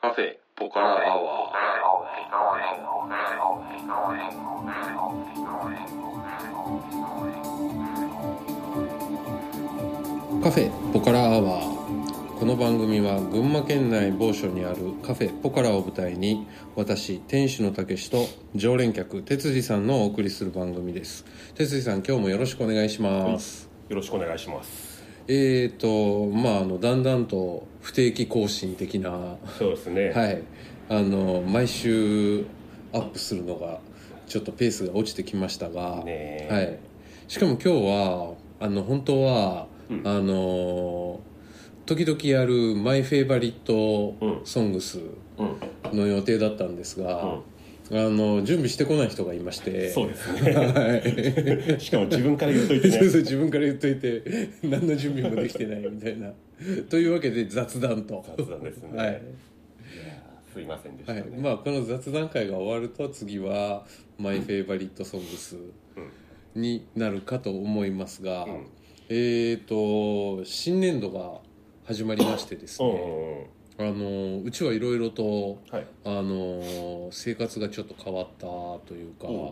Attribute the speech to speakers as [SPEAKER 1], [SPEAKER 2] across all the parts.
[SPEAKER 1] カフェポカラアワーカフェポカラアワーこの番組は群馬県内某所にあるカフェポカラを舞台に私店主のたけしと常連客哲司さんのお送りする番組です哲司さん今日もよろしくお願いします、
[SPEAKER 2] よろしくお願いします。
[SPEAKER 1] えーとまああのだんだんと不定期更新的な
[SPEAKER 2] そうですね。
[SPEAKER 1] はい、あの毎週アップするのがちょっとペースが落ちてきましたが、
[SPEAKER 2] ねえ
[SPEAKER 1] はい、しかも今日はあの本当は、
[SPEAKER 2] うん
[SPEAKER 1] あの時々やるマイフェイバリット
[SPEAKER 2] うん
[SPEAKER 1] ソングス
[SPEAKER 2] うん。
[SPEAKER 1] の予定だったんですが、あの準備してこない人がいまして
[SPEAKER 2] そうですね。
[SPEAKER 1] はい
[SPEAKER 2] しかも自分から言っといて ね
[SPEAKER 1] そう。 そう自分から言っといて 何の準備もできてないみたいなというわけで雑談と
[SPEAKER 2] 雑談ですね。
[SPEAKER 1] はいい
[SPEAKER 2] やーすいませんでした
[SPEAKER 1] はい
[SPEAKER 2] ね。
[SPEAKER 1] まあ、この雑談会が終わると次は「マイ・フェイバリット・ソングス
[SPEAKER 2] うん」
[SPEAKER 1] になるかと思いますが、
[SPEAKER 2] うん
[SPEAKER 1] えー、と新年度が始まりましてです
[SPEAKER 2] うんう
[SPEAKER 1] ね、
[SPEAKER 2] んうん。
[SPEAKER 1] あのうちはいろいろと
[SPEAKER 2] はい。
[SPEAKER 1] あの生活がちょっと変わったというか、
[SPEAKER 2] うん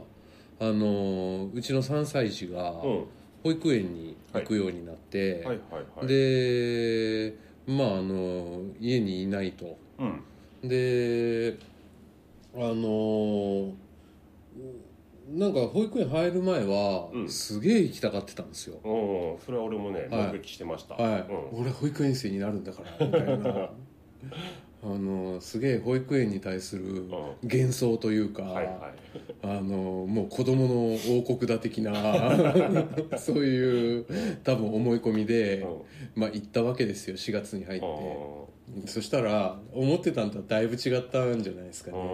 [SPEAKER 1] あのうちの3歳児が
[SPEAKER 2] うん。
[SPEAKER 1] 保育園に行くようになって、
[SPEAKER 2] はいはいはい。、
[SPEAKER 1] でまああの家にいないと。
[SPEAKER 2] うん。
[SPEAKER 1] であのーなんか保育園入る前は、
[SPEAKER 2] うん
[SPEAKER 1] すげえ行きたがってたんですよ、
[SPEAKER 2] うんうん。それは俺もね、
[SPEAKER 1] はい
[SPEAKER 2] 目撃してました。
[SPEAKER 1] はい、
[SPEAKER 2] う
[SPEAKER 1] 俺は保育園生になるんだからみたいな あのーすげえ保育園に対する
[SPEAKER 2] ん。うん。
[SPEAKER 1] 幻想というか、
[SPEAKER 2] はいは
[SPEAKER 1] あのーもう子供の王国だ 的なそういう多分思い込み
[SPEAKER 2] い。
[SPEAKER 1] で、
[SPEAKER 2] うん。
[SPEAKER 1] まあ行ったわけですよ4月に入っ
[SPEAKER 2] う
[SPEAKER 1] て、そしたら思ってたんとはだいぶ違ったんじゃないですかね、
[SPEAKER 2] んうん。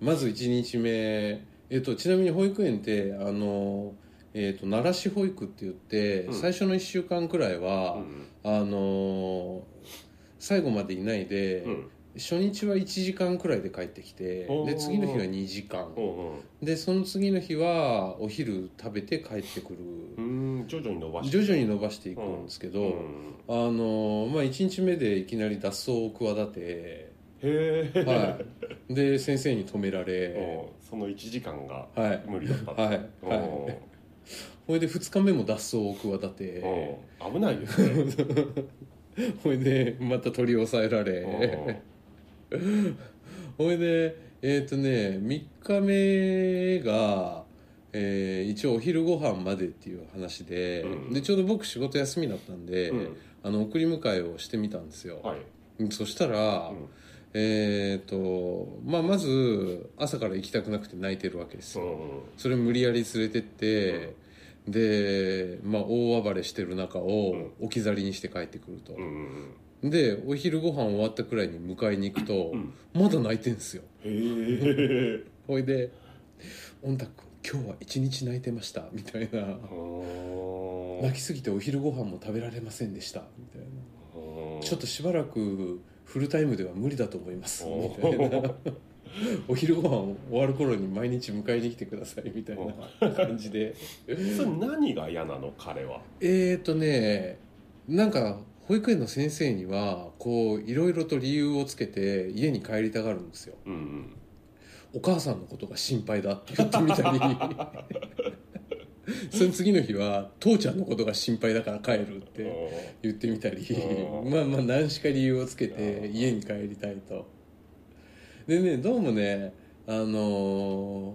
[SPEAKER 1] まず1日目、えっと、ちなみに保育園ってあの、えっと、奈良市保育って言って、
[SPEAKER 2] うん
[SPEAKER 1] 最初の1週間くらいは、あの最後までいないで、
[SPEAKER 2] うん。
[SPEAKER 1] 初日は1時間くらいで帰ってきて
[SPEAKER 2] おー
[SPEAKER 1] で次の日は2時間
[SPEAKER 2] うんうん。
[SPEAKER 1] でその次の日はお昼食べて帰ってく
[SPEAKER 2] う
[SPEAKER 1] る
[SPEAKER 2] ん。徐々に伸ばして。
[SPEAKER 1] 徐々に伸ばしていくんですけど、
[SPEAKER 2] うん。
[SPEAKER 1] あのまあ、1日目でいきなり脱走を企て、
[SPEAKER 2] へえ。
[SPEAKER 1] はい、で先生に止められ、
[SPEAKER 2] うん。その一時間が
[SPEAKER 1] はい、
[SPEAKER 2] 無理だった。
[SPEAKER 1] はい、
[SPEAKER 2] うん
[SPEAKER 1] はい、ほいで2日目も脱走を企て
[SPEAKER 2] うん。危ないですね。
[SPEAKER 1] ほいでまた取り押さ えら
[SPEAKER 2] うん
[SPEAKER 1] れほいでえっ、とね3日目が、えー一応お昼ご飯までっていう話で,、
[SPEAKER 2] うん
[SPEAKER 1] でちょうど僕仕事休みだったんで、
[SPEAKER 2] うん
[SPEAKER 1] あの送り迎えをしてみたんですよ、
[SPEAKER 2] はい。
[SPEAKER 1] そしたら、
[SPEAKER 2] うん
[SPEAKER 1] えっ、と、まあ、まず朝から行きたくなくて泣いてるわけです
[SPEAKER 2] う
[SPEAKER 1] よ、
[SPEAKER 2] ん。
[SPEAKER 1] それ無理やり連れてって、で、まあ、大暴れしてる中を置き去りにして帰ってくると、
[SPEAKER 2] うん。
[SPEAKER 1] でお昼ご飯終わったくらいに迎えに行くと、
[SPEAKER 2] うん
[SPEAKER 1] まだ泣いてんすよ
[SPEAKER 2] へえ。
[SPEAKER 1] ほいで「オンタ君今日は一日泣いてました」みたいな「泣きすぎてお昼ご飯も食べられませんでした」みたいな「ちょっ
[SPEAKER 2] と。
[SPEAKER 1] としばらくフルタイムでは無理だと思います」みたいな「お昼ご飯終わる頃に毎日迎えに来てください」みたいな感じで。
[SPEAKER 2] それ何が嫌なの彼は。
[SPEAKER 1] えーとねなんか保育園の先生にはこういろいろと理由をつけて家に帰りたがるんですよ
[SPEAKER 2] うん。
[SPEAKER 1] お母さんのことが心配だって言ってみ たりその次の日は父ちゃんのことが心配だから帰るって言ってみたり
[SPEAKER 2] うん
[SPEAKER 1] まあまあ何しか理由をつけて
[SPEAKER 2] うん
[SPEAKER 1] 家に帰りたいとでねどうもねあのー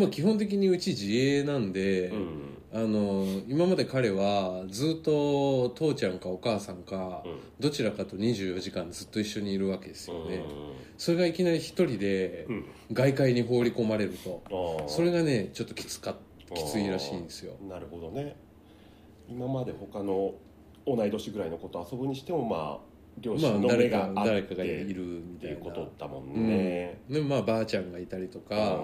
[SPEAKER 1] まあ基本的にうち自営なんで、
[SPEAKER 2] うん。
[SPEAKER 1] あの今まで彼はずっと父ちゃんかお母さんかどちらかと24時間ずっと一緒にいるわけですよね、それがいきなり一人で
[SPEAKER 2] うん。
[SPEAKER 1] 外界に放り込まれると
[SPEAKER 2] ああ。
[SPEAKER 1] それがねちょっときつかきついらしいんですよ
[SPEAKER 2] なるほどね。今まで他の同い年ぐらいの子と遊ぶにしてもまあ両
[SPEAKER 1] ま
[SPEAKER 2] 親
[SPEAKER 1] あ
[SPEAKER 2] の目
[SPEAKER 1] 誰
[SPEAKER 2] が
[SPEAKER 1] か
[SPEAKER 2] あ
[SPEAKER 1] 誰
[SPEAKER 2] っ
[SPEAKER 1] かが
[SPEAKER 2] て
[SPEAKER 1] い
[SPEAKER 2] っ
[SPEAKER 1] るみ
[SPEAKER 2] て
[SPEAKER 1] た
[SPEAKER 2] い
[SPEAKER 1] いう
[SPEAKER 2] こ
[SPEAKER 1] な
[SPEAKER 2] とだもんね。
[SPEAKER 1] でまあばあちゃんがいたりとか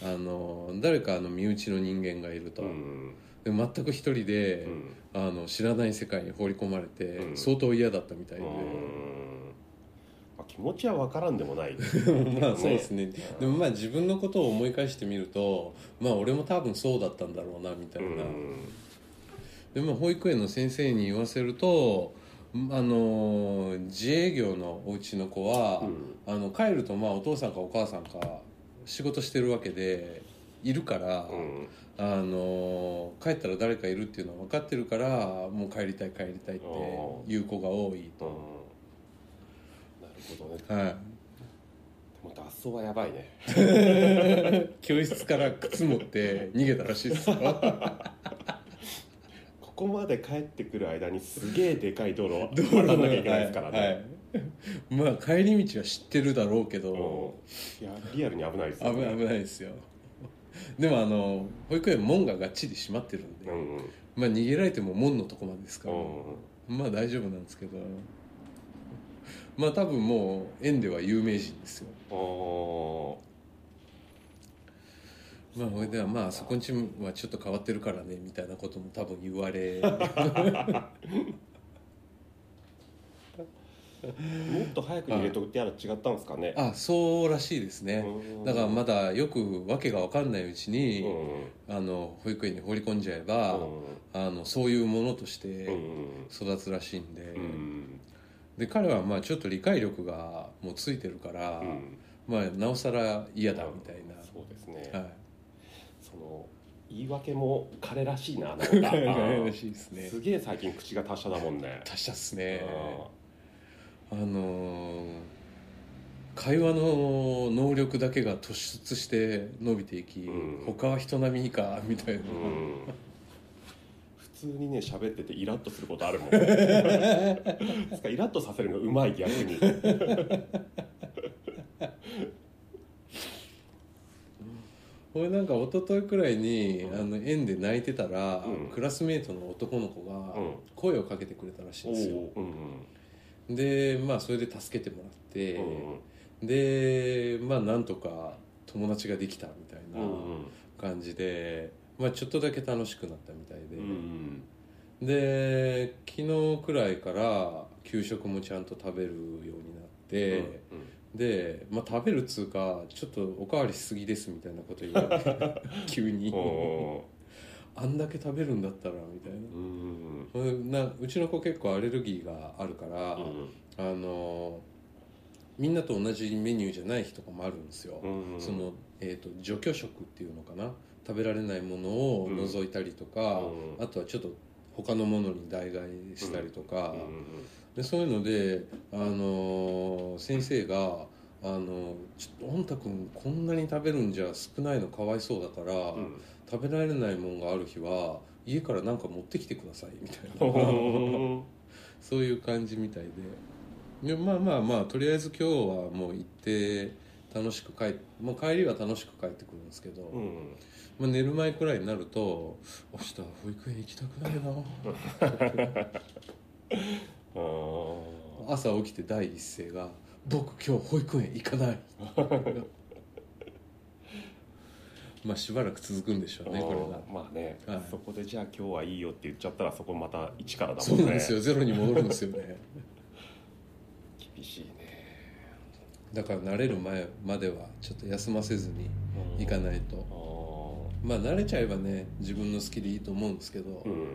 [SPEAKER 1] あの誰かあの身内の人間がいると
[SPEAKER 2] う、ん。
[SPEAKER 1] で全く一人
[SPEAKER 2] う
[SPEAKER 1] で、
[SPEAKER 2] ん。
[SPEAKER 1] あの知らない世界に放り込まれて、
[SPEAKER 2] うん
[SPEAKER 1] 相当嫌だったみたいで、
[SPEAKER 2] まあ、気持ちは分からんでもない
[SPEAKER 1] まあそうですね
[SPEAKER 2] うん
[SPEAKER 1] でもまあ自分のことを思い返してみるとまあ俺も多分そうだったんだろうなみたい
[SPEAKER 2] う
[SPEAKER 1] な、
[SPEAKER 2] ん
[SPEAKER 1] でも保育園の先生に言わせるとあのー自営業のお家の子は、
[SPEAKER 2] うん
[SPEAKER 1] あの帰るとまあお父さんかお母さんか仕事してるわけでいるから、
[SPEAKER 2] うん
[SPEAKER 1] あのー帰ったら誰かいるっていうのは分かってるからもう帰りたい帰りたいっていう子が多い
[SPEAKER 2] うん
[SPEAKER 1] と、
[SPEAKER 2] なるほどねで
[SPEAKER 1] はい、
[SPEAKER 2] も脱走はやばいね
[SPEAKER 1] 教室から靴持って逃げたらしい ですよ
[SPEAKER 2] ここまで帰ってくる間にすげえでかい道 路を渡
[SPEAKER 1] の
[SPEAKER 2] らなきゃいけないですからね、
[SPEAKER 1] はいはいまあ帰り道は知ってるだろうけど、
[SPEAKER 2] うん、いやリアルに危ないです
[SPEAKER 1] 危ない危ないですよでもあの保育園門ががっちり閉まってるんで、
[SPEAKER 2] うんうん
[SPEAKER 1] まあ逃げられても門のとこまでですから、
[SPEAKER 2] うん
[SPEAKER 1] まあ大丈夫なんですけどまあ多分もう園では有名人ですよ
[SPEAKER 2] お
[SPEAKER 1] まあほいではまあそこんちはちょっと変わってるからねみたいなことも多分言わ れ
[SPEAKER 2] ーもっと早くに入れとくってやら違ったんですかね
[SPEAKER 1] あそうらしいですね
[SPEAKER 2] うん
[SPEAKER 1] だからまだよく訳が分かんないうち
[SPEAKER 2] うん
[SPEAKER 1] に、あの保育園に放り込んじゃえば、あのそういうものとし
[SPEAKER 2] うんう
[SPEAKER 1] て
[SPEAKER 2] ん
[SPEAKER 1] 育つらしいんで、
[SPEAKER 2] うん
[SPEAKER 1] で彼はまあちょっと理解力がもうついてるから、
[SPEAKER 2] うん
[SPEAKER 1] まあなおさら嫌だみたい
[SPEAKER 2] そうですね、
[SPEAKER 1] な、はい、
[SPEAKER 2] その言い訳も彼らしいななんか
[SPEAKER 1] らしいですね
[SPEAKER 2] すげえ最近口が達者だもんね
[SPEAKER 1] 達者っすねあのー会話の能力だけが突出して伸びていき、
[SPEAKER 2] うん
[SPEAKER 1] 他は人並み以下みたいな、
[SPEAKER 2] うんうん普通にね喋っててイラッとすることあるもんつかイラッとさせるのうまい逆に
[SPEAKER 1] 俺なんか一昨日くらいに、
[SPEAKER 2] うん
[SPEAKER 1] あの園で泣いてたら、
[SPEAKER 2] うん
[SPEAKER 1] クラスメートの男の子が
[SPEAKER 2] うん
[SPEAKER 1] 声をかけてくれたらしいんですよ、
[SPEAKER 2] おーうん
[SPEAKER 1] でまあそれで助けてもらって、
[SPEAKER 2] うんうん
[SPEAKER 1] でまあなんとか友達ができたみたい
[SPEAKER 2] うん
[SPEAKER 1] な感じで、まあ、ちょっとだけ楽しくなったみたいで、
[SPEAKER 2] うんうん
[SPEAKER 1] で昨日くらいから給食もちゃんと食べるようになって、で、まあ、食べるっつうかちょっとおかわりしすぎですみたいなこと言われ て急
[SPEAKER 2] う
[SPEAKER 1] に
[SPEAKER 2] んお
[SPEAKER 1] あんだけ食べるんだったらみたいな
[SPEAKER 2] ーうん
[SPEAKER 1] うんなうちの子結構アレルギーがあるから、
[SPEAKER 2] うん
[SPEAKER 1] あのみんなと同じメニューじゃない日とかもあるんですよ、
[SPEAKER 2] うん
[SPEAKER 1] その、えー、と除去食っていうのかな食べられないものを除いたりとか、
[SPEAKER 2] うん
[SPEAKER 1] あとはちょっと他のものに代替したりとか、
[SPEAKER 2] うん
[SPEAKER 1] でそういうので、あのー先生が「あのーちょっとおんたくんこんなに食べるんじゃ少ないのかわいそうだから、
[SPEAKER 2] うん
[SPEAKER 1] 食べられないもんがある日は家からなんか持ってきてください」みた
[SPEAKER 2] う
[SPEAKER 1] いな。
[SPEAKER 2] ん
[SPEAKER 1] そういう感じみたいででまあまあまあとりあえず今日はもう行って楽しく帰っ、まあ、帰りは楽しく帰ってくるんですけど、
[SPEAKER 2] うん
[SPEAKER 1] まあ、寝る前くらいになると「明日保育園行きたくないな
[SPEAKER 2] あー」
[SPEAKER 1] 朝起きて第一声が「僕今日保育園行かない」 まあしばらく続くんでしょうねこれが。
[SPEAKER 2] まあね、
[SPEAKER 1] はい
[SPEAKER 2] そこでじゃあ今日はいいよって言っちゃったらそこまた一からだもんね
[SPEAKER 1] そうなんですよゼロに戻るんですよね
[SPEAKER 2] 厳しいね
[SPEAKER 1] だから慣れる前まではちょっと休ませずに行かないと
[SPEAKER 2] あ
[SPEAKER 1] まあ慣れちゃえばね自分の好きでいいと思うんですけど、
[SPEAKER 2] ーうん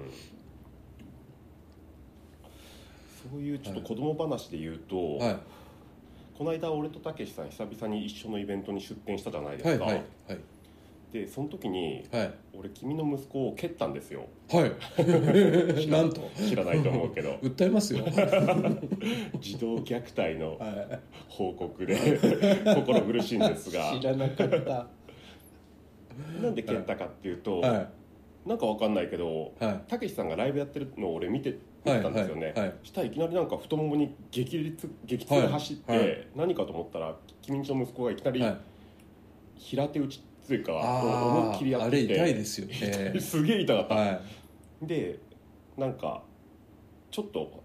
[SPEAKER 2] そういうちょっと子供話で言うと、
[SPEAKER 1] はい、
[SPEAKER 2] この間俺とたけしさん久々に一緒のイベントに出店したじゃないで
[SPEAKER 1] はい
[SPEAKER 2] すか、
[SPEAKER 1] はいはい
[SPEAKER 2] でその時に
[SPEAKER 1] はい
[SPEAKER 2] 俺君の息子を蹴ったんで すよ
[SPEAKER 1] はい なんと
[SPEAKER 2] 知らないと思う けど
[SPEAKER 1] 訴えます よは
[SPEAKER 2] 児童虐待の
[SPEAKER 1] い
[SPEAKER 2] 報告で 心苦しいんですが
[SPEAKER 1] 知らなかった
[SPEAKER 2] なんで蹴ったかっていうと、
[SPEAKER 1] は
[SPEAKER 2] なんかわかんないけど
[SPEAKER 1] いはい
[SPEAKER 2] たけしさんがライブやってるのを俺見て
[SPEAKER 1] は
[SPEAKER 2] 見
[SPEAKER 1] い
[SPEAKER 2] てたんですよね、
[SPEAKER 1] はい
[SPEAKER 2] したらいきなりなんか太ももに激烈激痛で走って、
[SPEAKER 1] はいはい
[SPEAKER 2] 何かと思ったら君の息子がいきなり
[SPEAKER 1] はい
[SPEAKER 2] 平手打ちっていうか、思い
[SPEAKER 1] あ
[SPEAKER 2] っきりや
[SPEAKER 1] あ
[SPEAKER 2] っ
[SPEAKER 1] あれ
[SPEAKER 2] てて
[SPEAKER 1] 痛いですよね
[SPEAKER 2] すげえ痛かった、
[SPEAKER 1] は
[SPEAKER 2] でなんかちょっと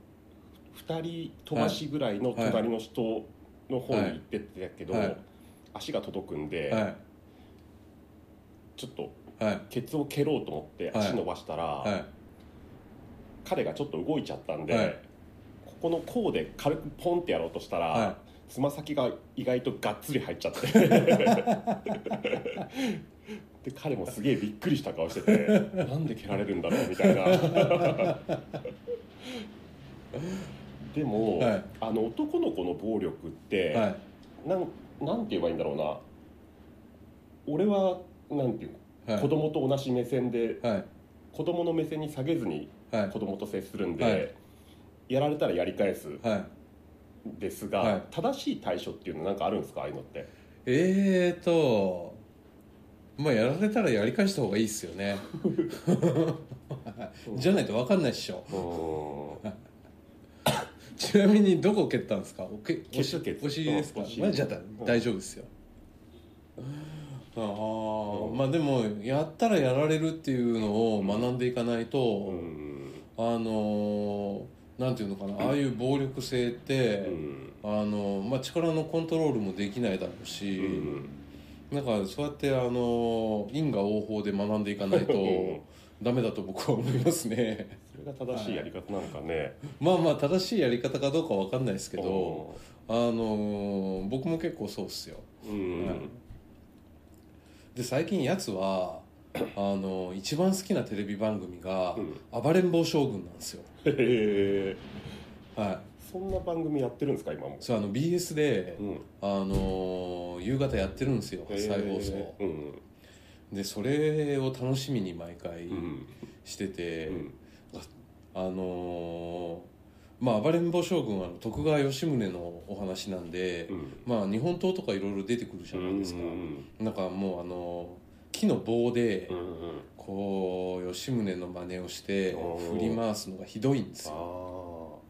[SPEAKER 2] 2人飛ばしぐらいの隣の人の方に行ってたけど、
[SPEAKER 1] はいはい
[SPEAKER 2] 足が届くんで、
[SPEAKER 1] いは
[SPEAKER 2] ちょっと
[SPEAKER 1] いはい
[SPEAKER 2] ケツを蹴ろうと思って
[SPEAKER 1] はい
[SPEAKER 2] 足伸ばしたら、
[SPEAKER 1] はい
[SPEAKER 2] 彼がちょっと動いちゃったんで、
[SPEAKER 1] はい
[SPEAKER 2] ここの甲で軽くポンってやろうとしたら、
[SPEAKER 1] は
[SPEAKER 2] つま先が意外とがっつり入っ ちゃってで彼もすげえびっくりした顔しててなんで蹴られるんだろうみたいな
[SPEAKER 1] い
[SPEAKER 2] でも、
[SPEAKER 1] はい
[SPEAKER 2] あの男の子の暴力って、
[SPEAKER 1] はい
[SPEAKER 2] なんなんて言えばいいんだろうな俺はなんていうの、
[SPEAKER 1] はい
[SPEAKER 2] 子供と同じ目線で
[SPEAKER 1] はい
[SPEAKER 2] 子供の目線に下げずに
[SPEAKER 1] はい
[SPEAKER 2] 子供と接するんで、
[SPEAKER 1] はい
[SPEAKER 2] やられたらやり返す
[SPEAKER 1] はい
[SPEAKER 2] ですが、
[SPEAKER 1] はい
[SPEAKER 2] 正しい対処っていうのなんかあるんですかああいうのって
[SPEAKER 1] えーとまあやられたらやり返した方がいいっすよねじゃないと分かんないっしょ
[SPEAKER 2] うーん
[SPEAKER 1] ちなみにどこ蹴ったんですかおけおし
[SPEAKER 2] ケツケツ
[SPEAKER 1] お尻ですか
[SPEAKER 2] お尻
[SPEAKER 1] まあじゃあ
[SPEAKER 2] ん
[SPEAKER 1] 大丈夫ですよああまあでもやったらやられるっていうのを学んでいかないと、
[SPEAKER 2] うーん
[SPEAKER 1] あのーなんていうのかなああいう暴力性って、
[SPEAKER 2] うん
[SPEAKER 1] あのまあ、力のコントロールもできないだろうし、なんかそうやってあの因果応報で学んでいかないと
[SPEAKER 2] うん
[SPEAKER 1] ダメだと僕は思いますね
[SPEAKER 2] それが正しいやり方なのかね、
[SPEAKER 1] まあまあ正しいやり方かどうかわかんないですけ
[SPEAKER 2] け
[SPEAKER 1] ど、
[SPEAKER 2] ど
[SPEAKER 1] あの僕も結構そうっすよ
[SPEAKER 2] うん、
[SPEAKER 1] はいで最近やつ はあの一番好きなテレビ番組が
[SPEAKER 2] うん
[SPEAKER 1] 「暴れん坊将軍」なんですよ
[SPEAKER 2] へえ
[SPEAKER 1] はい
[SPEAKER 2] そんな番組やってるんですか今も、
[SPEAKER 1] そうあの BS で、
[SPEAKER 2] うん、
[SPEAKER 1] あの夕方やってるんですよ
[SPEAKER 2] へ
[SPEAKER 1] 再
[SPEAKER 2] ー
[SPEAKER 1] 放送
[SPEAKER 2] うん
[SPEAKER 1] でそれを楽しみに毎回
[SPEAKER 2] うん
[SPEAKER 1] して
[SPEAKER 2] う
[SPEAKER 1] て、
[SPEAKER 2] ん
[SPEAKER 1] あのーまあ暴れん坊将軍はあの徳川吉宗のお話なんで、
[SPEAKER 2] うん
[SPEAKER 1] まあ日本刀とかいろいろ出てくるじゃないですか、
[SPEAKER 2] うん
[SPEAKER 1] なんかもうあのー木の棒で
[SPEAKER 2] うんうんうん
[SPEAKER 1] こう吉宗の真似をして
[SPEAKER 2] うん
[SPEAKER 1] 振り回すのがひどいんです
[SPEAKER 2] あ
[SPEAKER 1] よ
[SPEAKER 2] あ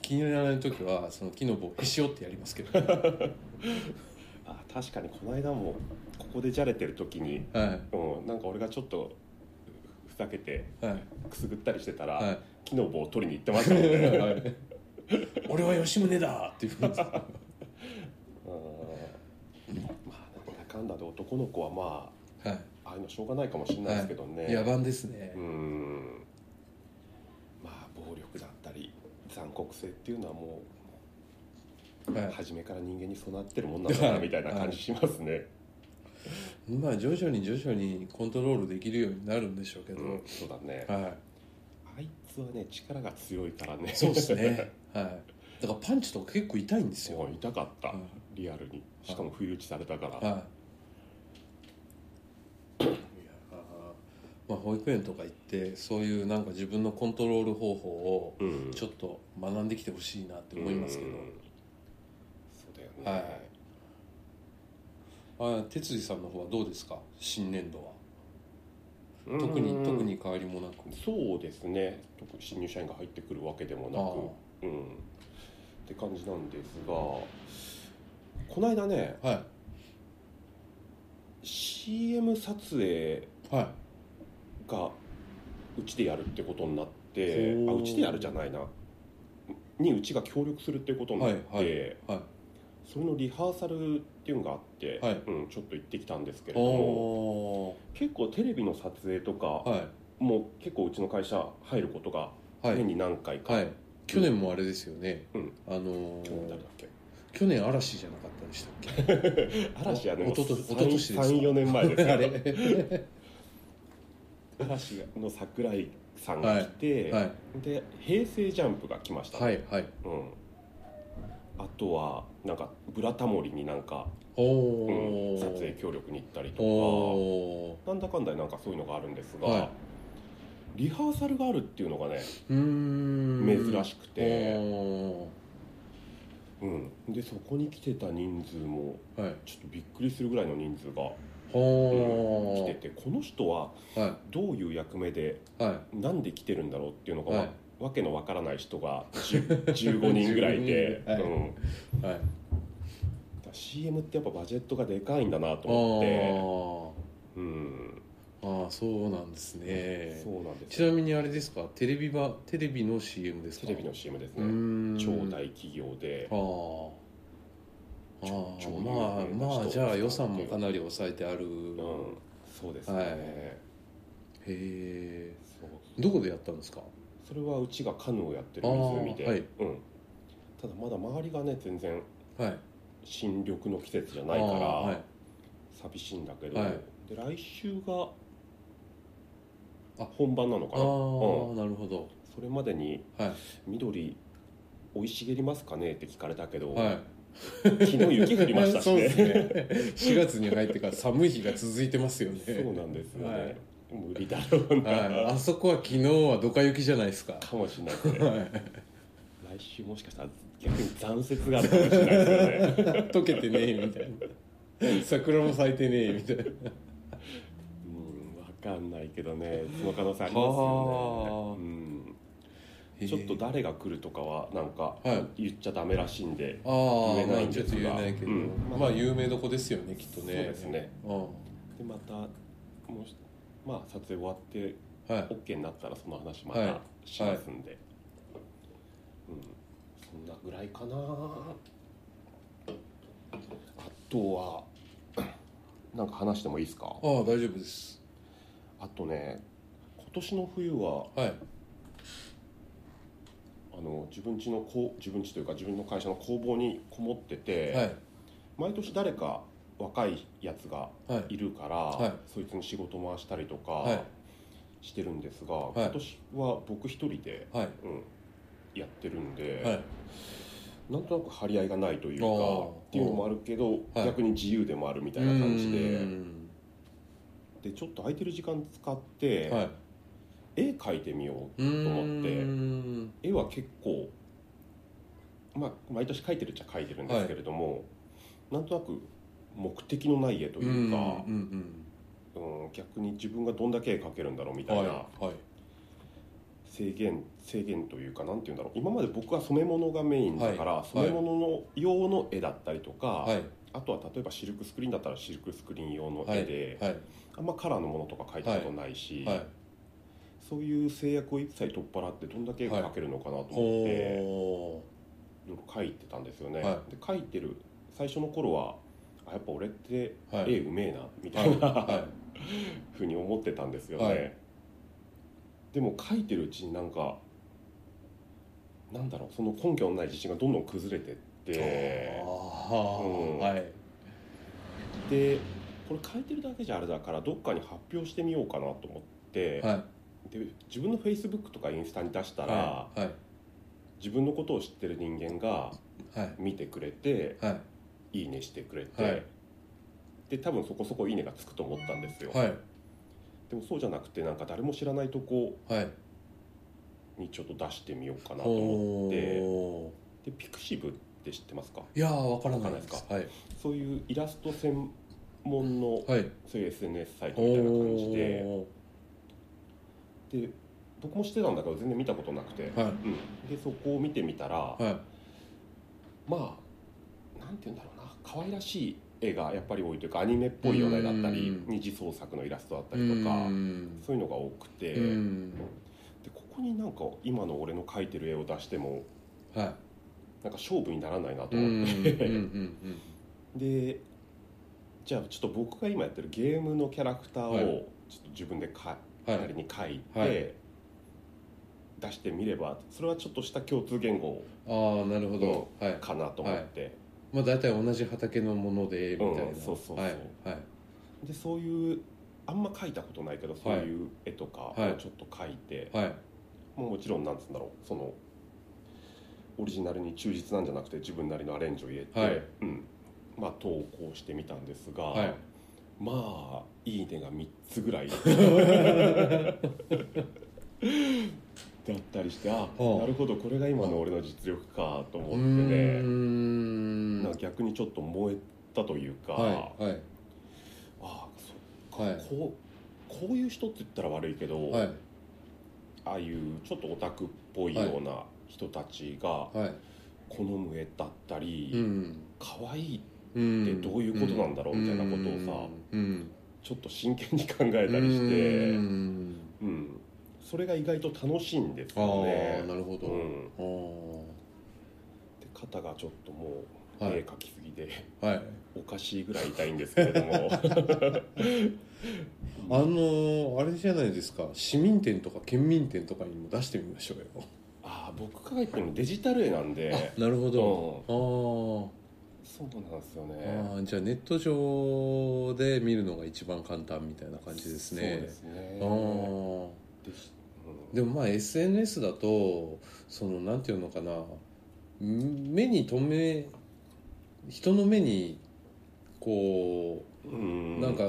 [SPEAKER 1] 気に入らない時はその木の棒をへし折ってやりますけど
[SPEAKER 2] あ確かにこの間もここでじゃれてる時に、
[SPEAKER 1] は
[SPEAKER 2] うん、なんか俺がちょっとふざけて
[SPEAKER 1] いはい
[SPEAKER 2] くすぐったりしてたら、
[SPEAKER 1] はい
[SPEAKER 2] 木の棒を取りに行ってましたも んね
[SPEAKER 1] はい俺は吉宗だって言うんですよ
[SPEAKER 2] うんまあなんだかんだで男の子はま
[SPEAKER 1] は
[SPEAKER 2] あああいうのしょうがないかもしれないですけどね、
[SPEAKER 1] い野蛮ですね
[SPEAKER 2] うんまあ暴力だったり残酷性っていうのはもう、
[SPEAKER 1] はい
[SPEAKER 2] 初めから人間に備わってるもんなんだなみたいな感じしますね、
[SPEAKER 1] まあ徐々に徐々にコントロールできるようになるんでしょうけど、
[SPEAKER 2] うん、そうだね
[SPEAKER 1] はい
[SPEAKER 2] あいつはね力が強いからね
[SPEAKER 1] そうです ね。はい。だからパンチとか結構痛いんですよ。
[SPEAKER 2] そう痛かった、
[SPEAKER 1] は
[SPEAKER 2] リアルにしかも不意打ちされたから、
[SPEAKER 1] い。はい。まあ保育園とか行ってそういうなんか自分のコントロール方法を
[SPEAKER 2] うん
[SPEAKER 1] ちょっと学んできてほしいなって思いますけ
[SPEAKER 2] うん
[SPEAKER 1] ど。
[SPEAKER 2] そうだよね、
[SPEAKER 1] はいあ、哲司さんの方はどうですか？新年度は。
[SPEAKER 2] うん
[SPEAKER 1] 特に特に変わりもなく。
[SPEAKER 2] そうですね特に新入社員が入ってくるわけでもな
[SPEAKER 1] あ
[SPEAKER 2] くうんって感じなんですがこの間ね
[SPEAKER 1] あ。は
[SPEAKER 2] CM 撮影
[SPEAKER 1] いはい
[SPEAKER 2] がうちでやるってことになっ
[SPEAKER 1] ほ
[SPEAKER 2] て
[SPEAKER 1] う
[SPEAKER 2] あうちでやるじゃないなにうちが協力するってことになって、
[SPEAKER 1] はいはい。
[SPEAKER 2] それのリハーサルっていうのがあって、
[SPEAKER 1] はい
[SPEAKER 2] うん、ちょっと行ってきたんですけれ
[SPEAKER 1] お
[SPEAKER 2] ども
[SPEAKER 1] お
[SPEAKER 2] 結構テレビの撮影とか、
[SPEAKER 1] ー。は
[SPEAKER 2] もう結構うちの会社入ることが
[SPEAKER 1] いはい
[SPEAKER 2] 年に何回か、
[SPEAKER 1] はい。去年もあれですよね。
[SPEAKER 2] うん
[SPEAKER 1] あのー
[SPEAKER 2] 去年誰だっけ
[SPEAKER 1] 去年嵐じゃなかったでしたっけ？
[SPEAKER 2] 嵐はね
[SPEAKER 1] おとと
[SPEAKER 2] もう
[SPEAKER 1] おととしですか
[SPEAKER 2] 34年前 です
[SPEAKER 1] あ
[SPEAKER 2] よ
[SPEAKER 1] れ
[SPEAKER 2] 嵐の桜井さんが来て、
[SPEAKER 1] はい
[SPEAKER 2] で平成ジャンプが来ました、
[SPEAKER 1] はいはい
[SPEAKER 2] うん、あとはなんか「ブラタモリ」になんか、
[SPEAKER 1] お
[SPEAKER 2] うん
[SPEAKER 1] お、
[SPEAKER 2] 撮影協力に行ったりと
[SPEAKER 1] お
[SPEAKER 2] か
[SPEAKER 1] お
[SPEAKER 2] なんだかんだでなんかそういうのがあるんですが、
[SPEAKER 1] はい
[SPEAKER 2] リハーサルがあるっていうのがね
[SPEAKER 1] うーん
[SPEAKER 2] 珍
[SPEAKER 1] く
[SPEAKER 2] しくて、
[SPEAKER 1] お
[SPEAKER 2] うん、でそこに来てた人数も
[SPEAKER 1] ーはい
[SPEAKER 2] ちょっとびっくりするぐらいの人数が
[SPEAKER 1] お
[SPEAKER 2] 来
[SPEAKER 1] ー
[SPEAKER 2] ててこの人は
[SPEAKER 1] は
[SPEAKER 2] どういう役目で
[SPEAKER 1] いは
[SPEAKER 2] なんで来てるんだろうっていうのが
[SPEAKER 1] い
[SPEAKER 2] わ,、
[SPEAKER 1] はい
[SPEAKER 2] けのわからない人が10 15人ぐらいいて、
[SPEAKER 1] はい
[SPEAKER 2] うん、だか
[SPEAKER 1] はい
[SPEAKER 2] ら CM ってやっぱバジェットがでかいんだなと
[SPEAKER 1] あ
[SPEAKER 2] 思って、
[SPEAKER 1] ー
[SPEAKER 2] うん、
[SPEAKER 1] あーそうなんですね
[SPEAKER 2] そうなんです
[SPEAKER 1] ち
[SPEAKER 2] よ
[SPEAKER 1] なみにあれですかテレビばテレビの CM ですか
[SPEAKER 2] テレビの CM です
[SPEAKER 1] うー
[SPEAKER 2] ね
[SPEAKER 1] ん
[SPEAKER 2] 超大企業で
[SPEAKER 1] あーあ
[SPEAKER 2] 超
[SPEAKER 1] ー
[SPEAKER 2] 有
[SPEAKER 1] まあ
[SPEAKER 2] 名な人
[SPEAKER 1] まあじゃあ予算もかなり抑えてある、
[SPEAKER 2] うん
[SPEAKER 1] へ
[SPEAKER 2] そうですね、
[SPEAKER 1] はいえ
[SPEAKER 2] そう
[SPEAKER 1] どこでやったんですか
[SPEAKER 2] それはうちがカヌーをやってる湖で、
[SPEAKER 1] あーはい
[SPEAKER 2] うん、ただまだ周りがね全然
[SPEAKER 1] はい
[SPEAKER 2] 新緑の季節じゃないか
[SPEAKER 1] あ
[SPEAKER 2] ら、
[SPEAKER 1] ーはい
[SPEAKER 2] 寂しいんだけど、
[SPEAKER 1] はい
[SPEAKER 2] で来週が
[SPEAKER 1] あ
[SPEAKER 2] 本番なの
[SPEAKER 1] あ
[SPEAKER 2] か
[SPEAKER 1] あ
[SPEAKER 2] な、
[SPEAKER 1] ー、
[SPEAKER 2] うん
[SPEAKER 1] なるほど
[SPEAKER 2] それまでに
[SPEAKER 1] はい
[SPEAKER 2] 緑生い茂りますかね?」って聞かれたけど、
[SPEAKER 1] はい
[SPEAKER 2] 昨日雪降りました し
[SPEAKER 1] そうで
[SPEAKER 2] ね
[SPEAKER 1] すね4月に入ってから寒い日が続いてますよね
[SPEAKER 2] そうなんですよね、
[SPEAKER 1] はい
[SPEAKER 2] 無理だろうな、
[SPEAKER 1] はい、あそこは昨日はドカ雪じゃないですか
[SPEAKER 2] かもしれないですね
[SPEAKER 1] はい
[SPEAKER 2] 来週もしかしたら逆に残雪があるかもしれないですよね
[SPEAKER 1] 溶けてねえみたいな桜も咲いてねえみたいな
[SPEAKER 2] うんわかんないけどねその可能性ありますよ
[SPEAKER 1] はあ
[SPEAKER 2] ね、うん、ちょっと誰が来るとかはなんか
[SPEAKER 1] はい
[SPEAKER 2] 言っちゃダメらしいんで、
[SPEAKER 1] ああ
[SPEAKER 2] 言え
[SPEAKER 1] ま
[SPEAKER 2] ない
[SPEAKER 1] あ
[SPEAKER 2] ん
[SPEAKER 1] ちょ
[SPEAKER 2] で
[SPEAKER 1] っ
[SPEAKER 2] す
[SPEAKER 1] と
[SPEAKER 2] が
[SPEAKER 1] 言えないけど、
[SPEAKER 2] うん
[SPEAKER 1] まあ有名どこですよねきっとね
[SPEAKER 2] そうですね
[SPEAKER 1] う
[SPEAKER 2] でまたもしまあ撮影終わって
[SPEAKER 1] んはい
[SPEAKER 2] OK になったらその話ま
[SPEAKER 1] はい
[SPEAKER 2] たしますんで、うん、そんなぐらいかなあとは なんか話してもいいですか
[SPEAKER 1] ああ大丈夫です
[SPEAKER 2] あとね今年の冬は
[SPEAKER 1] はい
[SPEAKER 2] あの自分家のこう自分家というか自分の会社の工房にこもってて、
[SPEAKER 1] はい
[SPEAKER 2] 毎年誰か若いやつが
[SPEAKER 1] はい
[SPEAKER 2] いるから、
[SPEAKER 1] はい
[SPEAKER 2] そいつに仕事回したりと
[SPEAKER 1] は
[SPEAKER 2] か
[SPEAKER 1] い
[SPEAKER 2] してるんですが、
[SPEAKER 1] い
[SPEAKER 2] 今年は僕一人で、
[SPEAKER 1] はい
[SPEAKER 2] うん、やってるんで、
[SPEAKER 1] はい
[SPEAKER 2] なんとなく張り合いがないというか
[SPEAKER 1] あー
[SPEAKER 2] っていうのもあるけど、
[SPEAKER 1] はい
[SPEAKER 2] 逆に自由でもあるみ
[SPEAKER 1] み
[SPEAKER 2] たいな感じででちょっと空いてる時間使って、
[SPEAKER 1] はい
[SPEAKER 2] 絵描いてみよう
[SPEAKER 1] うーん
[SPEAKER 2] と思って絵は結構まあ毎年描いてるっちゃ描いてるんですけれども、なんとなく目的のない絵と
[SPEAKER 1] う
[SPEAKER 2] い
[SPEAKER 1] ん
[SPEAKER 2] うか、
[SPEAKER 1] うん
[SPEAKER 2] うん逆に自分がどんだけ絵描けるんだろうみ
[SPEAKER 1] うん
[SPEAKER 2] たい
[SPEAKER 1] はい
[SPEAKER 2] な
[SPEAKER 1] はい
[SPEAKER 2] 制限制限というかなんて言うんだろう今まで僕は染め物がメインだから、
[SPEAKER 1] はい
[SPEAKER 2] 染め物の用の絵だったりとか、
[SPEAKER 1] はい
[SPEAKER 2] あとは例えばシルクスクリーンだったらシルクスクリーン用の絵で、
[SPEAKER 1] はい
[SPEAKER 2] あんまカラーのものとか描いたことないし、
[SPEAKER 1] はい
[SPEAKER 2] そういう制約を一切取っ払ってどんだけ絵が描けるのかなと思って。
[SPEAKER 1] ほ
[SPEAKER 2] いろいろ書いてたんですよね、
[SPEAKER 1] は
[SPEAKER 2] で書いてる最初の頃はあやっぱ俺って
[SPEAKER 1] ーはい
[SPEAKER 2] 絵うめえなみた
[SPEAKER 1] はい
[SPEAKER 2] いな、
[SPEAKER 1] は
[SPEAKER 2] ふうに思ってたんですよね、
[SPEAKER 1] はい
[SPEAKER 2] でも書いてるうちになんかなんだろうその根拠のない自信がどんどん崩れてっ
[SPEAKER 1] い
[SPEAKER 2] て
[SPEAKER 1] あー
[SPEAKER 2] うん
[SPEAKER 1] はい
[SPEAKER 2] でこれ書いてるだけじゃあれだからどっかに発表してみようかなと思って、
[SPEAKER 1] はい
[SPEAKER 2] で自分の Facebook とかインスタに出したら、
[SPEAKER 1] はいはい
[SPEAKER 2] 自分のことを知ってる人間が
[SPEAKER 1] はい
[SPEAKER 2] 見てくれて
[SPEAKER 1] はい
[SPEAKER 2] いいねしてくれて、
[SPEAKER 1] はい
[SPEAKER 2] で多分そこそこいいねがつくと思ったんですよ、
[SPEAKER 1] はい
[SPEAKER 2] でもそうじゃなくてなんか誰も知らないとこ
[SPEAKER 1] はい
[SPEAKER 2] にちょっと出してみようかなと思
[SPEAKER 1] ほ
[SPEAKER 2] って
[SPEAKER 1] ー
[SPEAKER 2] ってでピクシブって知ってますか
[SPEAKER 1] いやーわからないです
[SPEAKER 2] わ
[SPEAKER 1] はい
[SPEAKER 2] そういうイラスト専門の
[SPEAKER 1] はい
[SPEAKER 2] そういう SNS サイトみたいな感じで
[SPEAKER 1] ほ
[SPEAKER 2] で僕も知ってたんだけど全然見たことなくて、
[SPEAKER 1] ーは
[SPEAKER 2] うん、でそこを見てみたら、
[SPEAKER 1] いはい
[SPEAKER 2] まあなんて言うんだろうな可愛らしい絵がやっぱり多いというかアニメっぽいような絵だったり
[SPEAKER 1] うん
[SPEAKER 2] 二次創作のイラストだったりとか
[SPEAKER 1] うん
[SPEAKER 2] そういうのが多くて。
[SPEAKER 1] うん
[SPEAKER 2] でここになんか今の俺の描いてる絵を出しても
[SPEAKER 1] は
[SPEAKER 2] なんか勝負にならないなと
[SPEAKER 1] いうん
[SPEAKER 2] 思っ
[SPEAKER 1] うん
[SPEAKER 2] て、
[SPEAKER 1] うん
[SPEAKER 2] でじゃあちょっと僕が今やってるゲームのキャラクター
[SPEAKER 1] はい
[SPEAKER 2] をちょっと自分でか、
[SPEAKER 1] うんは
[SPEAKER 2] ないりに描いて、
[SPEAKER 1] はい
[SPEAKER 2] 出してみればそれはちょっとした共通言語
[SPEAKER 1] ああなるほどはい
[SPEAKER 2] かなと思って、
[SPEAKER 1] まあ大体同じ畑のものでみたいな
[SPEAKER 2] うんそうそうそう
[SPEAKER 1] はいはい
[SPEAKER 2] でそういうあんま描いたことないけどそういう絵とかを
[SPEAKER 1] はい
[SPEAKER 2] ちょっと描いて、
[SPEAKER 1] はい
[SPEAKER 2] もうもちろんなんつうんだろうそのオリジナルに忠実なんじゃなくて自分なりのアレンジを入れて、
[SPEAKER 1] はい
[SPEAKER 2] うんまあ、投稿してみたんですが、
[SPEAKER 1] はい
[SPEAKER 2] まあ「いいね」が3つぐらいだったりしてあ
[SPEAKER 1] あ
[SPEAKER 2] なるほどこれが今の俺の実力かと思
[SPEAKER 1] うー
[SPEAKER 2] ってね
[SPEAKER 1] ん
[SPEAKER 2] なんか逆にちょっと燃えたというか、
[SPEAKER 1] はいはい
[SPEAKER 2] あそ
[SPEAKER 1] はい
[SPEAKER 2] こうこういう人って言ったら悪いけど、
[SPEAKER 1] はい
[SPEAKER 2] ああいうちょっとオタクっぽいような人たちが。
[SPEAKER 1] はい
[SPEAKER 2] 好む絵だったり、
[SPEAKER 1] うん
[SPEAKER 2] 可愛い
[SPEAKER 1] うん
[SPEAKER 2] ってどういうことなんだろうみたいなことをさ
[SPEAKER 1] うんうん
[SPEAKER 2] ちょっと真剣に考えたりして、
[SPEAKER 1] う
[SPEAKER 2] うん
[SPEAKER 1] ん
[SPEAKER 2] それが意外と楽しいんです
[SPEAKER 1] あ
[SPEAKER 2] よ
[SPEAKER 1] あ
[SPEAKER 2] ね。
[SPEAKER 1] なるほど、
[SPEAKER 2] うん、
[SPEAKER 1] あ
[SPEAKER 2] で肩がちょっともう
[SPEAKER 1] あは
[SPEAKER 2] 絵
[SPEAKER 1] い
[SPEAKER 2] 描きすぎで、
[SPEAKER 1] はい
[SPEAKER 2] おかしいぐらい痛いんですけれども
[SPEAKER 1] あのーあれじゃないですか市民店とか県民店とかにも出してみましょうよ
[SPEAKER 2] ああ僕が描いてるのデジタル絵なんで
[SPEAKER 1] なるほ
[SPEAKER 2] ど
[SPEAKER 1] ど、
[SPEAKER 2] そうなんですよ
[SPEAKER 1] あ
[SPEAKER 2] ね
[SPEAKER 1] ーあーじゃあネット上で見るのが一番簡単みたいな感じですね
[SPEAKER 2] そうですね
[SPEAKER 1] あー
[SPEAKER 2] でしうん
[SPEAKER 1] でもまあ SNS だとそのなんていうのかな目に留め人の目にこうなんか映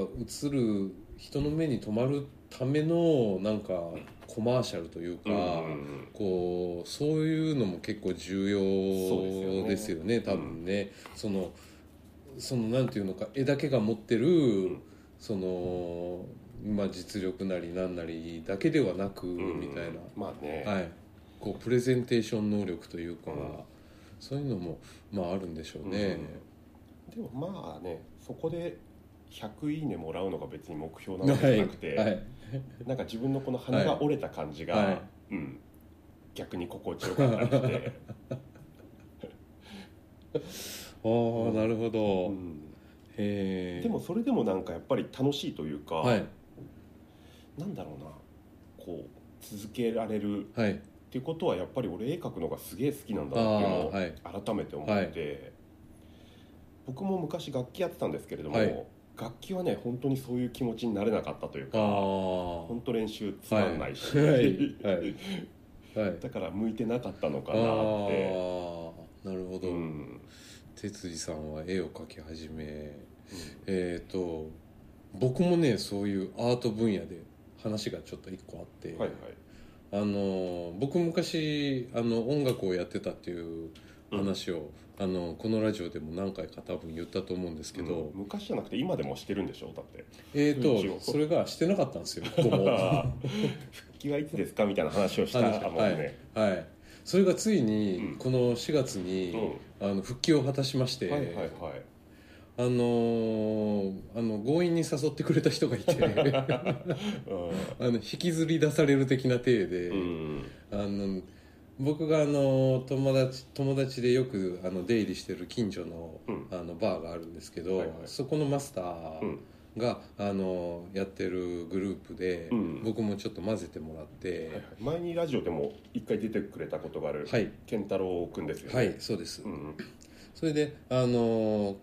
[SPEAKER 1] る人の目に留まるためのなんかコマーシャルというか、
[SPEAKER 2] うん
[SPEAKER 1] こうそういうのも結構重要ですよね多分ね、そのそのなんていうのか絵だけが持ってる、
[SPEAKER 2] ん
[SPEAKER 1] そのまあ実力なりなんなりだけではなく、
[SPEAKER 2] うん
[SPEAKER 1] みたいな
[SPEAKER 2] まあね、
[SPEAKER 1] はい、こうプレゼンテーション能力というか、
[SPEAKER 2] うん
[SPEAKER 1] そういうのも、まあ、あるんでしょうね。
[SPEAKER 2] でもまあねそこで100いいねもらうのが別に目標なわけじゃなくて、
[SPEAKER 1] はい、
[SPEAKER 2] なんか自分のこの鼻が折れた感じが、
[SPEAKER 1] はい
[SPEAKER 2] うん、逆に心地よくなってきて、
[SPEAKER 1] ああなるほど、
[SPEAKER 2] うん
[SPEAKER 1] へえ
[SPEAKER 2] でもそれでもなんかやっぱり楽しいというか、
[SPEAKER 1] はい
[SPEAKER 2] なんだろうなこう続けられるっ
[SPEAKER 1] はい
[SPEAKER 2] ていうことはやっぱり俺絵描くのがすげえ好きなんだ
[SPEAKER 1] あ
[SPEAKER 2] なっていうの
[SPEAKER 1] あ
[SPEAKER 2] を
[SPEAKER 1] はい
[SPEAKER 2] 改めて思って、僕も昔楽器やってたんですけれども、
[SPEAKER 1] はい
[SPEAKER 2] 楽器はね本当にそういう気持ちになれなかったという
[SPEAKER 1] あ
[SPEAKER 2] か
[SPEAKER 1] あ
[SPEAKER 2] 本当練習つまんないし、
[SPEAKER 1] はいはいはいはい
[SPEAKER 2] だから向いてなかったの
[SPEAKER 1] あ
[SPEAKER 2] か
[SPEAKER 1] あ
[SPEAKER 2] なって、
[SPEAKER 1] なるほ
[SPEAKER 2] う
[SPEAKER 1] ど、
[SPEAKER 2] ん、
[SPEAKER 1] 哲司さんは絵を描き始めえっ、と僕もねそういうアート分野で話がちょっと一個あって、
[SPEAKER 2] はいはい、
[SPEAKER 1] あの僕昔あの音楽をやってたっていう話を、あのこのラジオでも何回か多分言ったと思うんですけど、
[SPEAKER 2] うん昔じゃなくて今でもしてるんでしょだって
[SPEAKER 1] えっ、
[SPEAKER 2] 一
[SPEAKER 1] と
[SPEAKER 2] 応
[SPEAKER 1] それがしてなかったんで すよ僕もは
[SPEAKER 2] 復帰はいつですかみたいな話をしたもん
[SPEAKER 1] 話
[SPEAKER 2] ね、
[SPEAKER 1] いそれがついに、
[SPEAKER 2] うん
[SPEAKER 1] この4月
[SPEAKER 2] うん
[SPEAKER 1] に、あの復帰を果たしまして、
[SPEAKER 2] はいはいはい
[SPEAKER 1] あのーあの強引に誘ってくれた人がい てあの引きずり出される的な体で、
[SPEAKER 2] うん、うん
[SPEAKER 1] あの僕があの友達友達でよくあの出入りしてる近所の,、
[SPEAKER 2] うん
[SPEAKER 1] あのバーがあるんですけど、
[SPEAKER 2] はいはい
[SPEAKER 1] そこのマスタ
[SPEAKER 2] う
[SPEAKER 1] ー
[SPEAKER 2] ん
[SPEAKER 1] が、あのやってるグループで、
[SPEAKER 2] うん
[SPEAKER 1] 僕もちょっと混ぜてもらっ
[SPEAKER 2] はいはい
[SPEAKER 1] て、
[SPEAKER 2] 前にラジオでも一回出てくれたことがある、
[SPEAKER 1] はい
[SPEAKER 2] 健太郎君ですよね
[SPEAKER 1] はい、そうです、
[SPEAKER 2] うん
[SPEAKER 1] それであの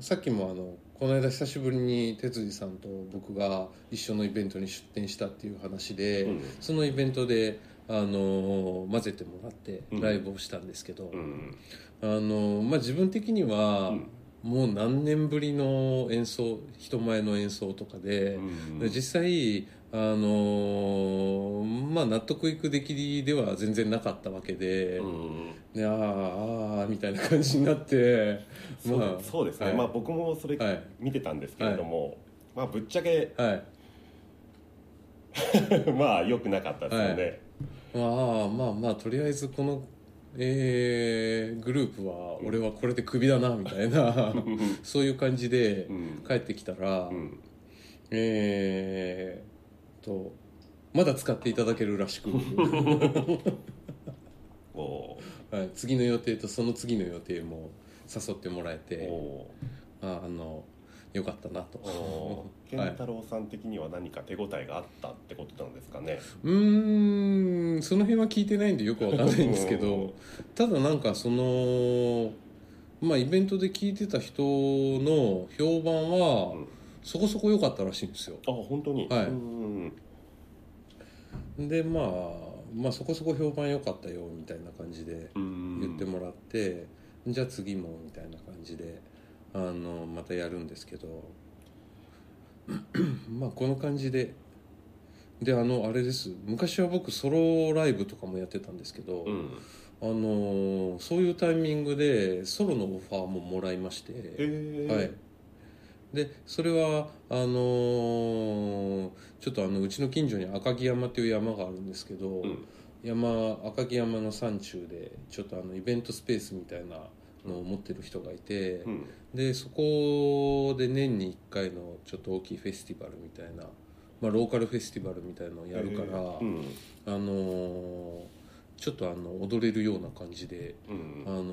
[SPEAKER 1] さっきもあのこの間久しぶりに哲司さんと僕が一緒のイベントに出店したっていう話で、
[SPEAKER 2] うん
[SPEAKER 1] そのイベントであの混ぜてもらって
[SPEAKER 2] うん
[SPEAKER 1] ライブをしたんですけど、
[SPEAKER 2] うん
[SPEAKER 1] あのまあ、自分的には
[SPEAKER 2] うん
[SPEAKER 1] もう何年ぶりの演奏人前の演奏とかで、
[SPEAKER 2] うん
[SPEAKER 1] で実際あのまあ、納得いく出来では全然なかったわけで、
[SPEAKER 2] うん
[SPEAKER 1] であーあーみたいな感じになって
[SPEAKER 2] そう
[SPEAKER 1] まあ
[SPEAKER 2] そうですね、
[SPEAKER 1] はい
[SPEAKER 2] まあ僕もそれ
[SPEAKER 1] はい
[SPEAKER 2] 見てたんですけれども、まあぶっちゃけ
[SPEAKER 1] はい
[SPEAKER 2] まあ良くなかったですよね、
[SPEAKER 1] まあまあまあとりあえずこの、えーグループは俺はこれでクビだなみたいな そういう感じで
[SPEAKER 2] うん
[SPEAKER 1] 帰ってきたら、
[SPEAKER 2] うん
[SPEAKER 1] えーとまだ使っていただけるらし く、
[SPEAKER 2] お
[SPEAKER 1] はい次の予定とその次の予定も誘ってもらえ
[SPEAKER 2] ー
[SPEAKER 1] て
[SPEAKER 2] お
[SPEAKER 1] ああのよかったな
[SPEAKER 2] ーお
[SPEAKER 1] と。
[SPEAKER 2] ー健太郎さん的には何か手応えがあったってことなんですかね、
[SPEAKER 1] うーんその辺は聞いてないんでよくわかんないんですけどただなんかそのまあイベントで聞いてた人の評判は
[SPEAKER 2] うん
[SPEAKER 1] そこそこ良かったらしいんですよ
[SPEAKER 2] あ本当に、
[SPEAKER 1] はい
[SPEAKER 2] うん
[SPEAKER 1] でまあまあそこそこ評判良かったよみたいな感じで
[SPEAKER 2] うん
[SPEAKER 1] 言ってもらって、じゃあ次もみたいな感じであのまたやるんですけど まあこの感じでであのあれです昔は僕ソロライブとかもやってたんですけど、
[SPEAKER 2] うん
[SPEAKER 1] あのーそういうタイミングでソロのオファーももらいまして、
[SPEAKER 2] えー、
[SPEAKER 1] はい、でそれはあのーちょっとあのうちの近所に赤城山という山があるんですけど、
[SPEAKER 2] うん
[SPEAKER 1] 山赤城山の山中でちょっとあのイベントスペースみたいなのを持ってる人がいて、
[SPEAKER 2] うん
[SPEAKER 1] でそこで年に1回のちょっと大きいフェスティバルみたいな、まあ、ローカルフェスティバルみたいのをやるから。
[SPEAKER 2] えーうん
[SPEAKER 1] あのーちょっとあの踊れるような感じで、
[SPEAKER 2] うん
[SPEAKER 1] あの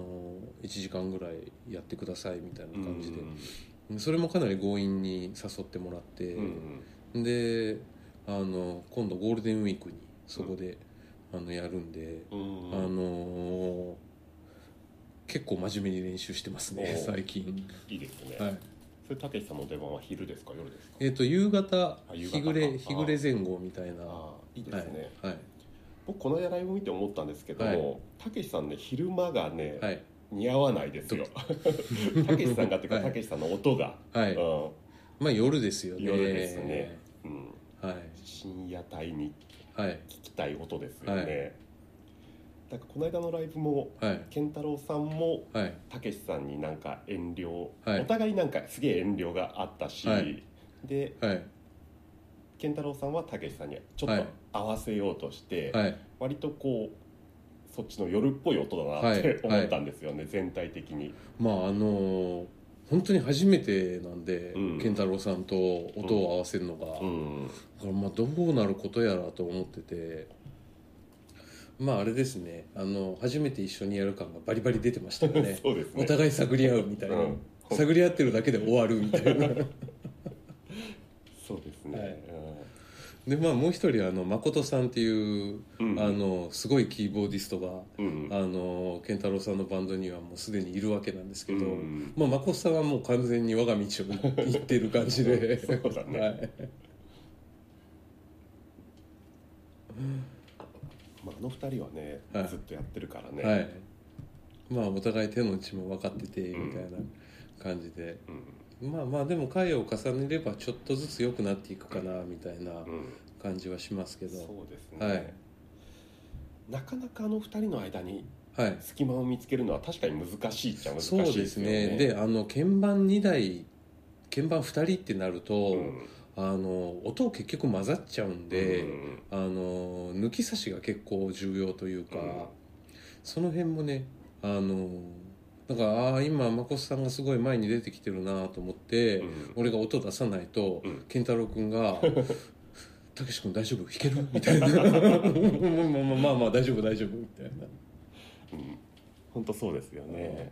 [SPEAKER 1] ー1時間ぐらいやってくださいみたいな感じで、それもかなり強引に誘ってもらって
[SPEAKER 2] うん、うん
[SPEAKER 1] であの今度ゴールデンウィークにそこで、あのやるんで、
[SPEAKER 2] う
[SPEAKER 1] あ
[SPEAKER 2] ん
[SPEAKER 1] のー結構真面目に練習してますね
[SPEAKER 2] おー
[SPEAKER 1] 最近、
[SPEAKER 2] いいですね、
[SPEAKER 1] はい
[SPEAKER 2] それたけしさんの出番は昼ですか夜ですか
[SPEAKER 1] えっと夕方
[SPEAKER 2] 夕方
[SPEAKER 1] 日暮れ
[SPEAKER 2] か
[SPEAKER 1] 日暮れ前後みたいな
[SPEAKER 2] ああいいですね、
[SPEAKER 1] はいはい
[SPEAKER 2] 僕この間ライブ見て思ったんですけどもたけしさんね昼間がね、
[SPEAKER 1] はい
[SPEAKER 2] 似合わないですよたけしさんがっていうか
[SPEAKER 1] はい
[SPEAKER 2] たけしさんの音が、
[SPEAKER 1] はい、
[SPEAKER 2] うん
[SPEAKER 1] まあ夜ですよね
[SPEAKER 2] 夜ですねうん、
[SPEAKER 1] はい
[SPEAKER 2] 深夜帯に
[SPEAKER 1] はい
[SPEAKER 2] 聞きたい音ですよね、
[SPEAKER 1] は
[SPEAKER 2] なんかこの間のライブも
[SPEAKER 1] はい
[SPEAKER 2] 健太郎さんも
[SPEAKER 1] はい
[SPEAKER 2] たけしさんになんか遠慮、
[SPEAKER 1] はい
[SPEAKER 2] お互いなんかすげえ遠慮があったし、
[SPEAKER 1] はい
[SPEAKER 2] で
[SPEAKER 1] はい
[SPEAKER 2] 健太郎さんはたけしさんにちょ
[SPEAKER 1] は
[SPEAKER 2] っ
[SPEAKER 1] い
[SPEAKER 2] と合わせようとして、
[SPEAKER 1] はい
[SPEAKER 2] 割とこうそっちの夜っぽい音だなっ
[SPEAKER 1] は
[SPEAKER 2] て
[SPEAKER 1] い
[SPEAKER 2] 思ったんですよね、全体的に
[SPEAKER 1] まああのー本当に初めてなんで、
[SPEAKER 2] うん
[SPEAKER 1] 健太郎さんと音を合わせるのが、
[SPEAKER 2] うん
[SPEAKER 1] だからまあどうなることやらと思っててまああれですねあの初めて一緒にやる感がバリバリ出てましたよね
[SPEAKER 2] そうですね
[SPEAKER 1] お互い探り合うみたいな、
[SPEAKER 2] うん
[SPEAKER 1] 探り合ってるだけで終わるみた いな
[SPEAKER 2] そうですね、
[SPEAKER 1] はいでまあもう一人あの誠さんっていう、
[SPEAKER 2] うんうん
[SPEAKER 1] あのすごいキーボーディストが、
[SPEAKER 2] うん
[SPEAKER 1] あの健太郎さんのバンドにはもうすでにいるわけなんですけど、
[SPEAKER 2] うん
[SPEAKER 1] まあ、誠さんはもう完全に我が道を行ってる感じで
[SPEAKER 2] そうだね
[SPEAKER 1] はい
[SPEAKER 2] まあ、あの二人はね、
[SPEAKER 1] はい
[SPEAKER 2] ずっとやってるからね、
[SPEAKER 1] はい、まあお互い手の内も分かっててみたいな感じで、
[SPEAKER 2] うん
[SPEAKER 1] まあまあでも回を重ねればちょっとずつ良くなっていくかなみたいな
[SPEAKER 2] うん、
[SPEAKER 1] 感じはしますけど、
[SPEAKER 2] そうですね、
[SPEAKER 1] はい
[SPEAKER 2] なかなかあの二人の間に
[SPEAKER 1] はい、
[SPEAKER 2] 隙間を見つけるのは確かに難しいっちゃ難し
[SPEAKER 1] そう
[SPEAKER 2] い
[SPEAKER 1] で
[SPEAKER 2] ですすよ
[SPEAKER 1] ね
[SPEAKER 2] ね。
[SPEAKER 1] であの鍵盤2台鍵盤2人ってなると、
[SPEAKER 2] うん
[SPEAKER 1] あの音結局混ざっちゃうんで、
[SPEAKER 2] うん
[SPEAKER 1] あの抜き差しが結構重要というか、
[SPEAKER 2] うん
[SPEAKER 1] その辺もねあのなんかああ今誠さんがすごい前に出てきてるなと思って、
[SPEAKER 2] うん
[SPEAKER 1] 俺が音出さないと、
[SPEAKER 2] うん
[SPEAKER 1] 健太郎君 が「たけし君大丈夫弾ける?」みたいな「 まあまあまあまあ大丈夫大丈夫」みたいな
[SPEAKER 2] うん本当そうですよね。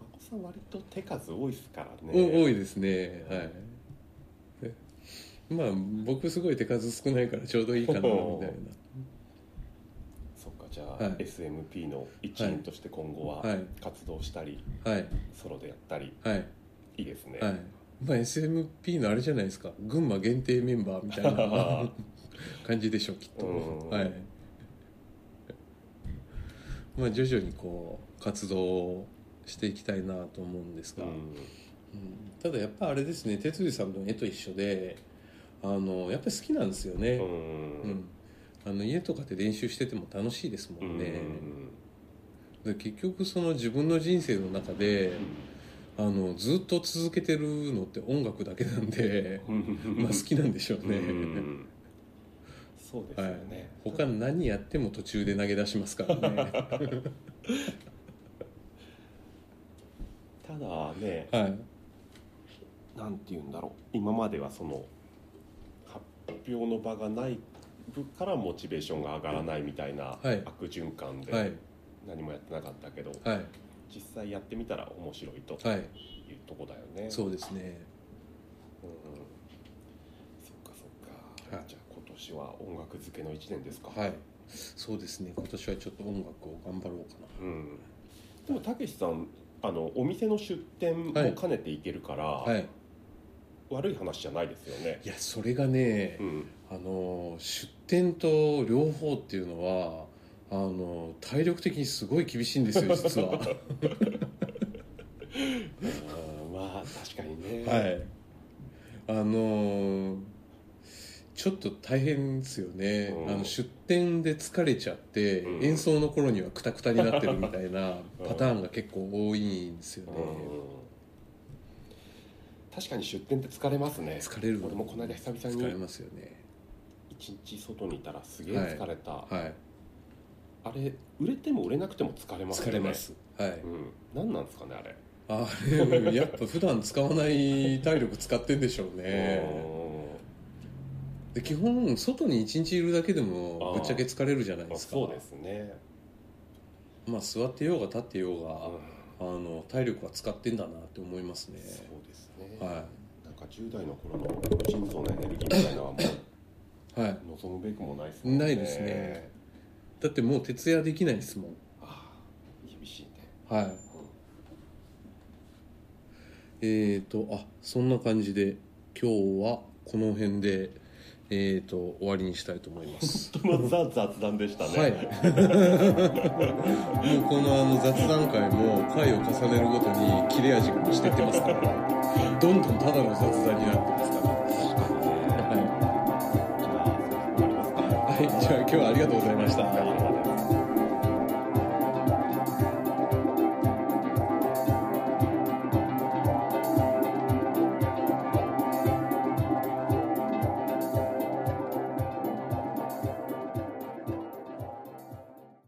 [SPEAKER 2] まこさん割と手数多いですからね。
[SPEAKER 1] お多
[SPEAKER 2] い。
[SPEAKER 1] いですねはいえまあ僕すごい手数少ないからちょうどいいかなみたい
[SPEAKER 2] そっかじゃあ、
[SPEAKER 1] はい
[SPEAKER 2] SMP の一員として今後は
[SPEAKER 1] はい
[SPEAKER 2] 活動したり、
[SPEAKER 1] なはい
[SPEAKER 2] ソロでやったり
[SPEAKER 1] はい
[SPEAKER 2] いいですね。
[SPEAKER 1] はいまあ SMP のあれじゃないですか群馬限定メンバーみたい な感じでしょうきっと
[SPEAKER 2] うん
[SPEAKER 1] はいまあ徐々にこう活動をしていきたいなと思うんです
[SPEAKER 2] う
[SPEAKER 1] が、
[SPEAKER 2] ん
[SPEAKER 1] うんただやっぱあれですね哲司さんの絵と一緒であのやっぱり好きなんですよね、
[SPEAKER 2] うん
[SPEAKER 1] うんあの家とかで練習してても楽しいですも
[SPEAKER 2] うんん
[SPEAKER 1] ね、で結局その自分の人生の中であのずっと続けてるのって音楽だけなんで、
[SPEAKER 2] うん
[SPEAKER 1] まあ好きなんでしょうね、
[SPEAKER 2] うんそうですよね。
[SPEAKER 1] 他何やっても途中で投げ出しますからね
[SPEAKER 2] ただね、
[SPEAKER 1] はい
[SPEAKER 2] なんて言うんだろう今まではその発表の場がないからモチベーションが上がらないみたいな
[SPEAKER 1] はい
[SPEAKER 2] 悪循環
[SPEAKER 1] は
[SPEAKER 2] で
[SPEAKER 1] い
[SPEAKER 2] 何もやってなかったけど、
[SPEAKER 1] はい
[SPEAKER 2] 実際やってみたら面白いという
[SPEAKER 1] はい
[SPEAKER 2] とこだよね。
[SPEAKER 1] そうですね
[SPEAKER 2] うんそっかそっか、
[SPEAKER 1] はい
[SPEAKER 2] じゃあ今年は音楽漬けの1年ですか、
[SPEAKER 1] はいそうですね今年はちょっと音楽を頑張ろうかな
[SPEAKER 2] うん、でもたけしさんあのお店の出店も兼ねていけるから、
[SPEAKER 1] はい
[SPEAKER 2] 悪い話じゃないですよね
[SPEAKER 1] い。やそれがね
[SPEAKER 2] う、 ん
[SPEAKER 1] あの出店と両方っていうのはあの体力的にすごい厳しいんです よ実はは
[SPEAKER 2] うんまあ確かにね、
[SPEAKER 1] いあのちょっと大変ですよね、
[SPEAKER 2] うん
[SPEAKER 1] あの出店で疲れちゃって、
[SPEAKER 2] うん
[SPEAKER 1] 演奏の頃にはクタクタになってるみたい なパターンが結構多いんですよね、
[SPEAKER 2] うん確かに出店って疲れますね
[SPEAKER 1] 疲れる
[SPEAKER 2] 俺もこの間久
[SPEAKER 1] 疲
[SPEAKER 2] 々
[SPEAKER 1] れ
[SPEAKER 2] に
[SPEAKER 1] ますよね
[SPEAKER 2] 一日外にいたらすげえ疲れた、
[SPEAKER 1] はい
[SPEAKER 2] あれ売れても売れなくても疲れますよね
[SPEAKER 1] 疲れます、はい
[SPEAKER 2] うん、何なんですかねあれ、
[SPEAKER 1] あれやっぱ普段使わない体力使ってんでしょうねで基本外に一日いるだけでもぶっちゃけ疲れるじゃない
[SPEAKER 2] うんま
[SPEAKER 1] で
[SPEAKER 2] あ
[SPEAKER 1] すか
[SPEAKER 2] そうですね、
[SPEAKER 1] まあ座ってようが立ってよう
[SPEAKER 2] うん
[SPEAKER 1] が、あの体力は使ってんだなって思いますね
[SPEAKER 2] そうですね、
[SPEAKER 1] は
[SPEAKER 2] なんか10代の頃の腎臓のエネルギーみたいなのはも
[SPEAKER 1] い、はい、
[SPEAKER 2] う望むべくもないですもんね
[SPEAKER 1] ないですねだってもう徹夜できないですもん
[SPEAKER 2] ああ厳しいね
[SPEAKER 1] はいえーとあそんな感じで今日はこの辺で、ええー、と終わりにしたいと思います。
[SPEAKER 2] とのザ雑談でしたね、
[SPEAKER 1] はい、もうこのあの雑談会も回を重ねるごとに切れ味が増してってますからどんどんただの雑談になってますからはい、はい、じゃあ今日はありがとうございました。
[SPEAKER 2] はい